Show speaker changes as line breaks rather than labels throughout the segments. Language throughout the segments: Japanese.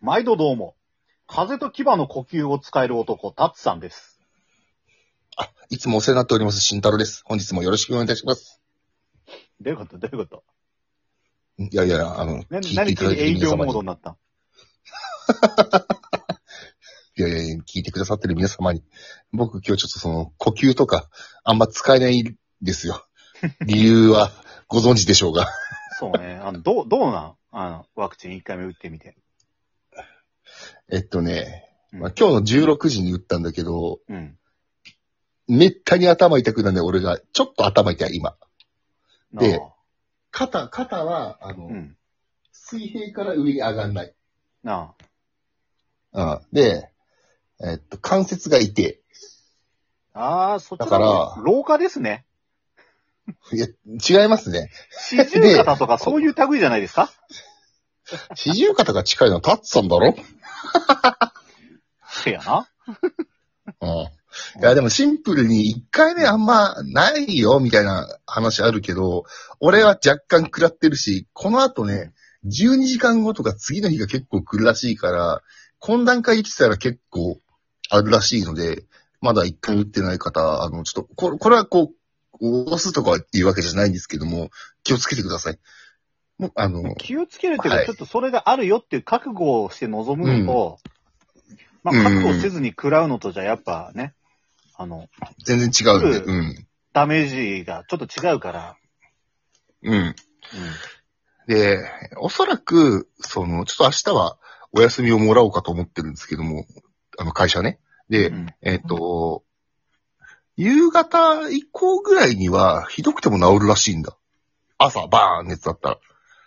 毎度どうも。風と牙の呼吸を使える男、タツさんです。
いつもお世話になっております、慎太郎です。本日もよろしくお願いいたします。
どういうことどういうこと
いやいや、あの、
な
聞いて
何
いた
急
だい
に営
ている皆
業
様
モー
に
ド、になった
いやいやいや、聞いてくださってる皆様に、僕今日ちょっとその、呼吸とか、あんま使えないんです よ。理由は、ご存知でしょうが。
そうね。あの、どう、どうなんあの、ワクチン1回目打ってみて。
えっとね、
うん
まあ、今日の16時に打ったんだけど、
うん。
めったに頭痛くなんで、俺が、ちょっと頭痛い、今。
なあ
で肩、肩は、あの、
うん。
水平から上に上がんない。
な
うん。で、えっと、関節が痛い。
あ。あーそっちの
だから
廊下ですね。
いや、違いますね。
四十肩とかそういう類じゃないですか
四十肩が近いのはタッツさんだろ
せやな。
うん。いや、でもシンプルに一回目あんまないよ、みたいな話あるけど、俺は若干食らってるし、この後ね、12時間後とか次の日が結構来るらしいから、懇談会行ってたら結構あるらしいので、まだ一回打ってない方、あの、ちょっと、これ、これはこう、押すとかいうわけじゃないんですけども、気をつけてください。もう、あの、
気をつけるという
は
か、
い
ちょっとそれがあるよっていう覚悟をして臨むのと、まあ、
うん
覚悟せずに食らうのとじゃ、やっぱね、あの、
全然違うんで、
う
うん。
ダメージがちょっと違うから、
うん。
うん。
で、おそらく、その、ちょっと明日はお休みをもらおうかと思ってるんですけども、あの会社ね。で、
うん
えっ、と、夕方以降ぐらいには、ひどくても治るらしいんだ。朝、バーン熱だったら。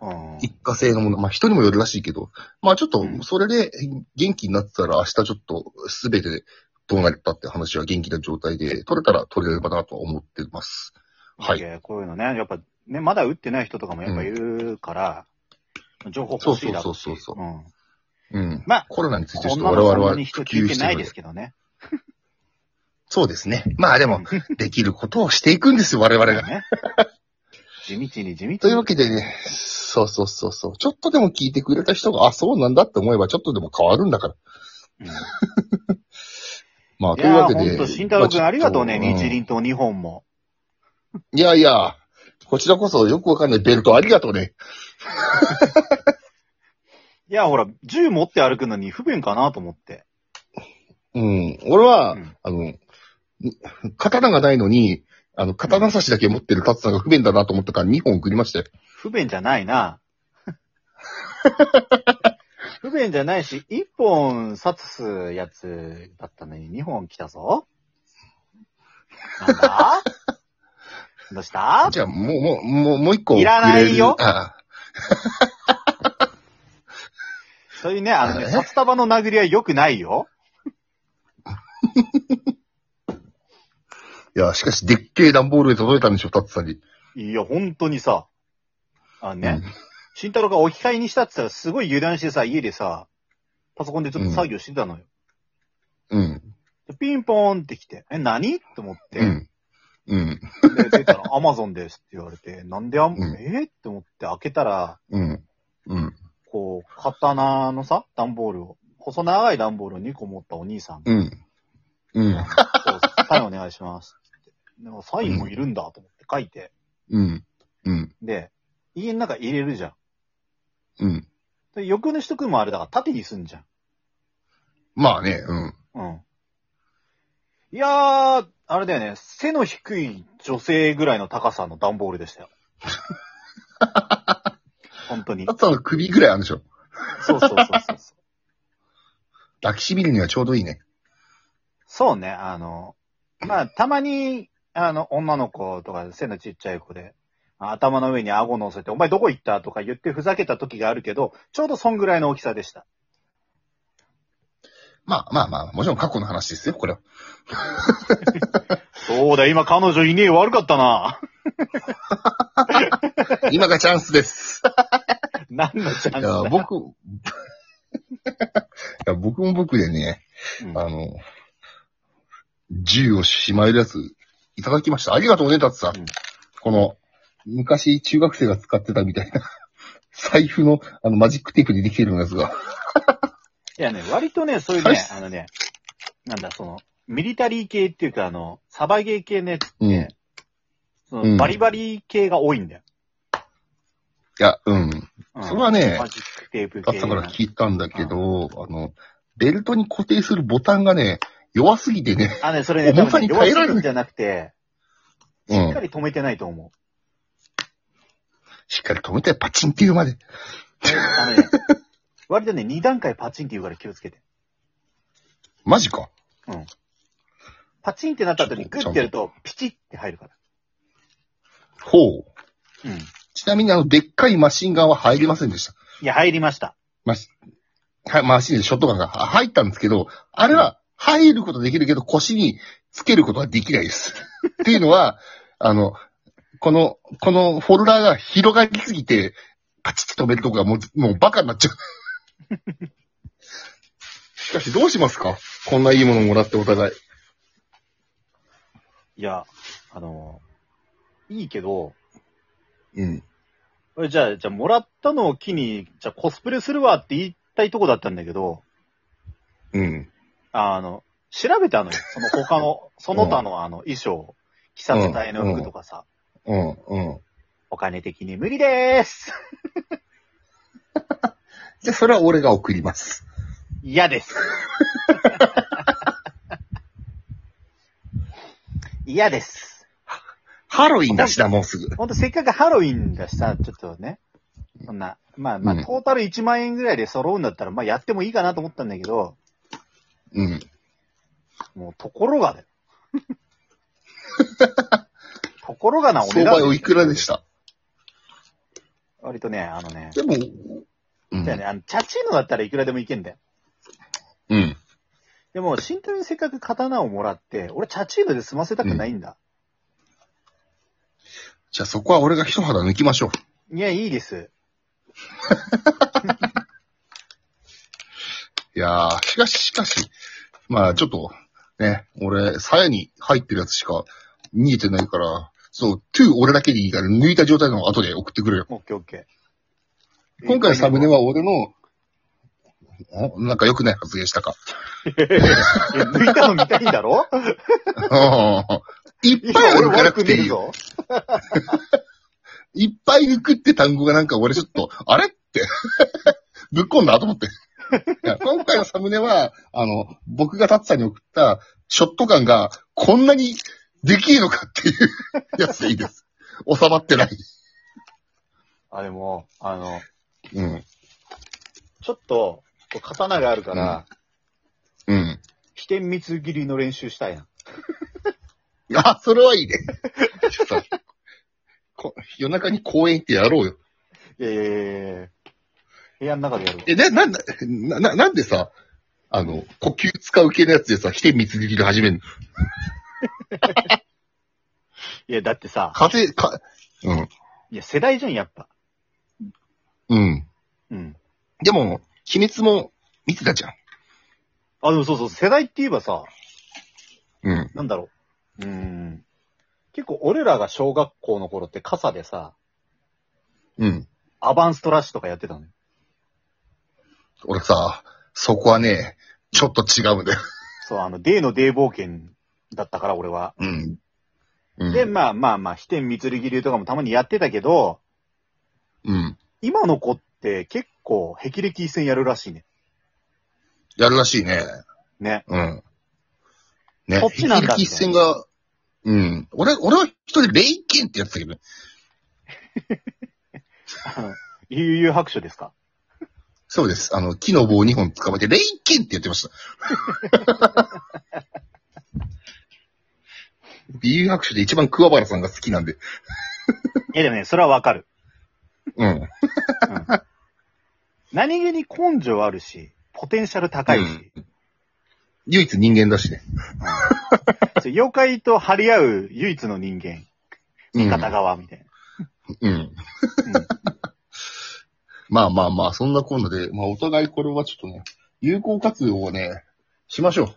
うん
一過性のもの。まあ、人にもよるらしいけど。まあ、ちょっと
うん、
それで元気になってたら、明日ちょっと、すべてどうなったって話は元気な状態で、取れたら取れればなとは思ってます。はい。
でこういうのね、やっぱね、まだ打ってない人とかもやっぱいるから、情報
そう
欲し
そ
いうだ
そう
と。
そうそう。
うん。
うん。
まあ、
コロナについてちょ
こ
っ
ん
と
な
我
の
々
そ
は
んなに人聞いてないですけどね。
そうですね。まあで も、できることをしていくんですよ、我々が。
ね。地道に地道に。
というわけでね、そうそうそうそう。ちょっとでも聞いてくれた人が、あ、そうなんだって思えば、ちょっとでも変わるんだから。
うん
まあ、
い
という
やー、
わけ
ほん
で。
と、慎太郎くん
ま
ありがとうね、
ちょ
日
っ
輪と日本も。
うんいやいや、こちらこそよくわかんないベルトありがとうね。
いや、ほら、銃持って歩くのに不便かなと思って。
うん。俺は、
うん
あの、刀がないのに、あの、刀差しだけ持ってるタツさんが不便だなと思ったから2本送りましたよ。
不便じゃない な。不便じゃないし、一本刺すやつだったのに二本来たぞ。なんだどうした
じゃあ、もう、もう、もう、もう一個
い
送れる。
らないよ
あ
そういうね、あのね、
え
札束の殴りは良くないよ。
いや、しかし、でっけえ段ボールで届いたんでしょ、タツさんに。
いや、本当にさ、あのね、慎太郎が置き換えにしたって言ったらすごい油断してさ、家でさ、パソコンでちょっと作業してたのよ。
うん。うん。
でピンポーンって来て、え、何と思って、
うん。うん。
で、出た ら、アマゾンですって言われて、なんであん、
うん
えーって思って開けたら、
うん。うん。
こう、刀のさ、段ボールを、細長い段ボールを2個持ったお兄さんが、
うん。うん。
そうサインお願いしますって言って。でもサインもいるんだと思って書いて、
うん。うん。
で、家の中入れるじゃん。
うん。
で、横にしとくのもあれだから縦にすんじゃん。
まあね、うん。
うん。いやー、あれだよね、背の低い女性ぐらいの高さの段ボールで したよ。本当に
あ。とは首ぐらいあるでしょ。
そうそうそうそうそう。
抱きしびるにはちょうどいいね。
そうね、あの、まあ、たまに、あの、女の子とか、背のちっちゃい子で、あ頭の上に顎乗せて、お前どこ行ったとか言ってふざけた時があるけど、ちょうどそんぐらいの大きさでした。
まあまあまあ、もちろん過去の話ですよ、これは。
そうだ、今彼女いねえ悪かったな。
今がチャンスです。
何のチャン
い
スだ
や、僕、いや、僕も僕でね、
うん
あの、銃をしまえるやつ、いただきました。ありがとうね、だってさ、
うん
ん、この、昔中学生が使ってたみたいな、財布の、あの、マジックテープでできてるようなやつが。
いやね、割とね、そういう
はい
ね、あのね、なんだ、その、ミリタリー系っていうか、あの、サバゲー系ね、
うん。い
そうの
ん
バリバリ系が多いんだよ。
や、うん。
うん
それはね
マジックテープ
だ
系
っ
な。
たから聞いたんだけど、あの、ベルトに固定するボタンがね、弱すぎてね、
あ、ね、それね、多
重さ
分ね、
に
弱
耐えられない
すぎんじゃなくて、
う
しっか
ん。
り止めてないと思う。
しっかり止めてパチンって言うまで。
あのね、 割とね、2段階パチンって言うから気をつけて。
マジか。
パチンってなった後にグッてやると、ピチって入るから。
ほう。
うん。い
ちなみにあの、でっかいマシンガンは入りませんでした。
や、入りました。
マシ、はい、マシンでショットガンがは入ったんですけど、あれは入ることできるけど腰につけることはできないです。っていうのは、 あの、この、このフォルダーが広がりすぎて、パチッと止めるとこがもう、もうバカになっちゃう。 しかしどうしますかこんないいものもらってお互い。
いや、あの、いいけど、
うん。
えじゃあ、じゃあ、もらったのを機に、じゃあコスプレするわって言いたいとこだったんだけど、
うん。
あの、調べたのよ。その他 の、その他のあの衣装、着させたいの服とかさ、
うん。うん。
お金的に無理でーす。
じゃあそれは俺が送ります。
嫌 です。嫌です。
ハロウィンだしな、もうすぐ。
ほんとせっかくハロウィンだしさ、ちょっとね、そんな、まあまあ、
うん
トータル1万円ぐらいで揃うんだったら、まあやってもいいかなと思ったんだけど、
うん。
もうところが だよ。ところがな、お値
相
段
場おいくらでした
割とね、あのね、
でも、うん
じゃあね、あの、チャチーノだったらいくらでもいけんだよ。
うん。
でも、新太郎にせっかく刀をもらって、俺、チャチーノで済ませたくないんだ。
じゃあそこは俺が一肌抜きましょう。
いや、いいです。
いやー、しかし、しかし、まあちょっと、ね、俺、鞘に入ってるやつしか見えてないから、そう、トゥー俺だけでいいから抜いた状態の後で送ってくれよ。
オッケーオッケー。
今回のサムネは俺の、おなんか良くない発言したか。
いや抜いたの見たいんだろ
うんいっ
い
ぱい
や、
あ
俺
るから
悪く
っ
ね
て
え
いう。
ぞ。
いっぱい抜くって単語がなんか俺ちょっと、あれって、 ぶっこんだと思って。いや今回のサムネは、あの、僕がタッツさんに送ったショットガンがこんなにできるのかっていうやつでいいです。収まってない。
あ、でも、あの、
うん。
ちょっと、こう刀があるから、
うん。
飛天三つ切りの練習したいな。
あ、それはいいね。ちょっとこ夜中に公園行ってやろうよ。
いやいやいやいや部屋の中でやるわ。
え、な、なんだ、な、ななんでさ、あの、呼吸使う系のやつでさ、飛天蜜切り始めるの
いや、だってさ、
風、か、うん。
いや、世代じゃん、やっぱ。
うん。
うん。
でも、鬼滅も見てたじゃん。
あ、でもそうそう、世代って言えばさ、
うん。
なんだろう。うーん。結構俺らが小学校の頃って傘でさ、
うん。
アバンストラッシュとかやってたのよ。
俺さ、そこはね、ちょっと違うんだよ。
そう、あの、デーのデー冒険だったから俺は。
うん。うん。
で、まあまあまあ、飛天三剣流とかもたまにやってたけど、
うん。
今の子って結構、霹靂一戦やるらしいね。
やるらしいね。
ね。
うん。ね。
そっちなんだ
霹靂一戦が、うん。俺、俺は一人、霊剣ってやつだけどね。
あの、悠々白書ですか
そうです。あの、木の棒2本捕まえて、霊剣ってやってました。 理由拍手で一番桑原さんが好きなんで。
いやでもね、それはわかる。
うん。
何気に根性あるし、ポテンシャル高いし、
唯一人間だしね。
そう妖怪と張り合う唯一の人間、
うん。
片側みたいな。
うん。
うん
まあまあまあ、そんなこんなで、まあお互いこれはちょっとね、有効活用をね、しましょ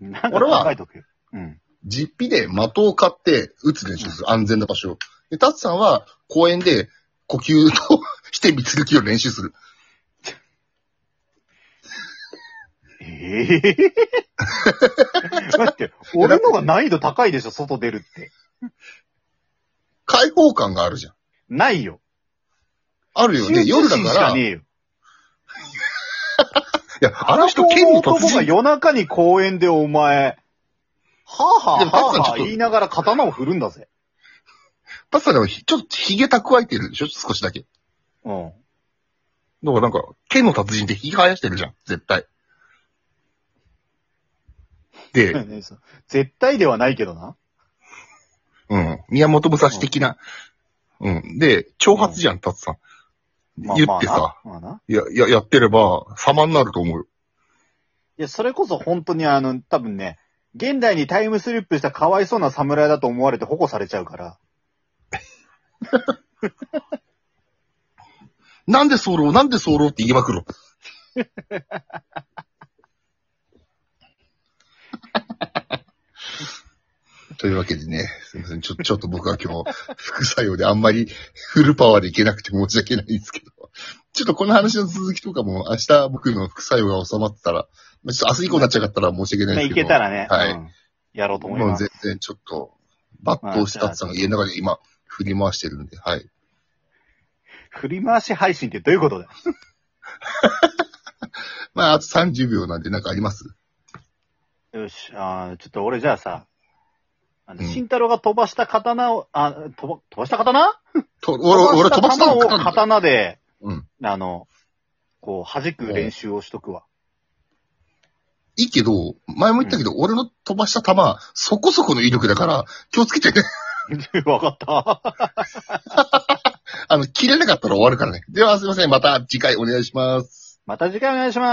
う。
なんか
俺は
考えとくよ。うん。
実費で的を買って撃つ練習する。安全な場所を。で、タツさんは公園で呼 吸として見つきを練習する。
ええ だって、俺のが難易度高いでしょ、外出るって。
開放感があるじゃん。
ないよ。
あるよね。夜だ
羞恥心
か
し
ら。
ね
い
えよ。
や、あの人、剣の達
男が
人。
夜中に公園でお前、はぁは
で
ぁ
も
は
確か
ぁは
にちょっ
ぁ
と
言いながら刀を振るんだぜ。
パスタでもひちょっと髭蓄えてるでしょ少しだけ。
うん。
だからなんか、剣の達人って髭生やしてるじゃん。絶対。で、
ねそう絶対ではないけどな。
うん。宮本武蔵的な。うん。で、挑発じゃん、達さん。
まあ
言ってさ。。
まあなまあな。
いや、いや、やってれば、様になると思うよ。
いや、それこそ本当にあの、多分ね、現代にタイムスリップしたかわいそうな侍だと思われて保護されちゃうから。
なんで候なんで候って言い まくるのというわけでね、すみません。ちょ、ちょっと僕は今日、副作用であんまりフルパワーでいけなくて申し訳ないんですけど、ちょっとこの話の続きとかも明日僕の副作用が収まってたら、まあちょっと明日以降になっちゃかったら申し訳な
まあ、
いで
い
すけ
け
ど、
たらね、
はい
うんやろうと思い
も
ま
う
す。
全然ちょっと、抜刀したってさんが家の中で今、振り回してるんで、はい。
振り回し配信ってどういうことだよ
まあ、あと30秒なんでなんかあります
よし、あーちょっと俺じゃあさ、あの、
うん
慎太郎が飛ばした刀を、あ、飛ば、飛ばした刀
と、俺、俺飛ばしたの
を刀で、
うん。
あの、こう、弾く練習をしとくわ。
いいけど、前も言ったけど、俺の飛ばした弾、そこそこの威力だから、気をつけてね。
わかった。
あの、切れなかったら終わるからね。では、すいません。また次回お願いします。
また次回お願いします。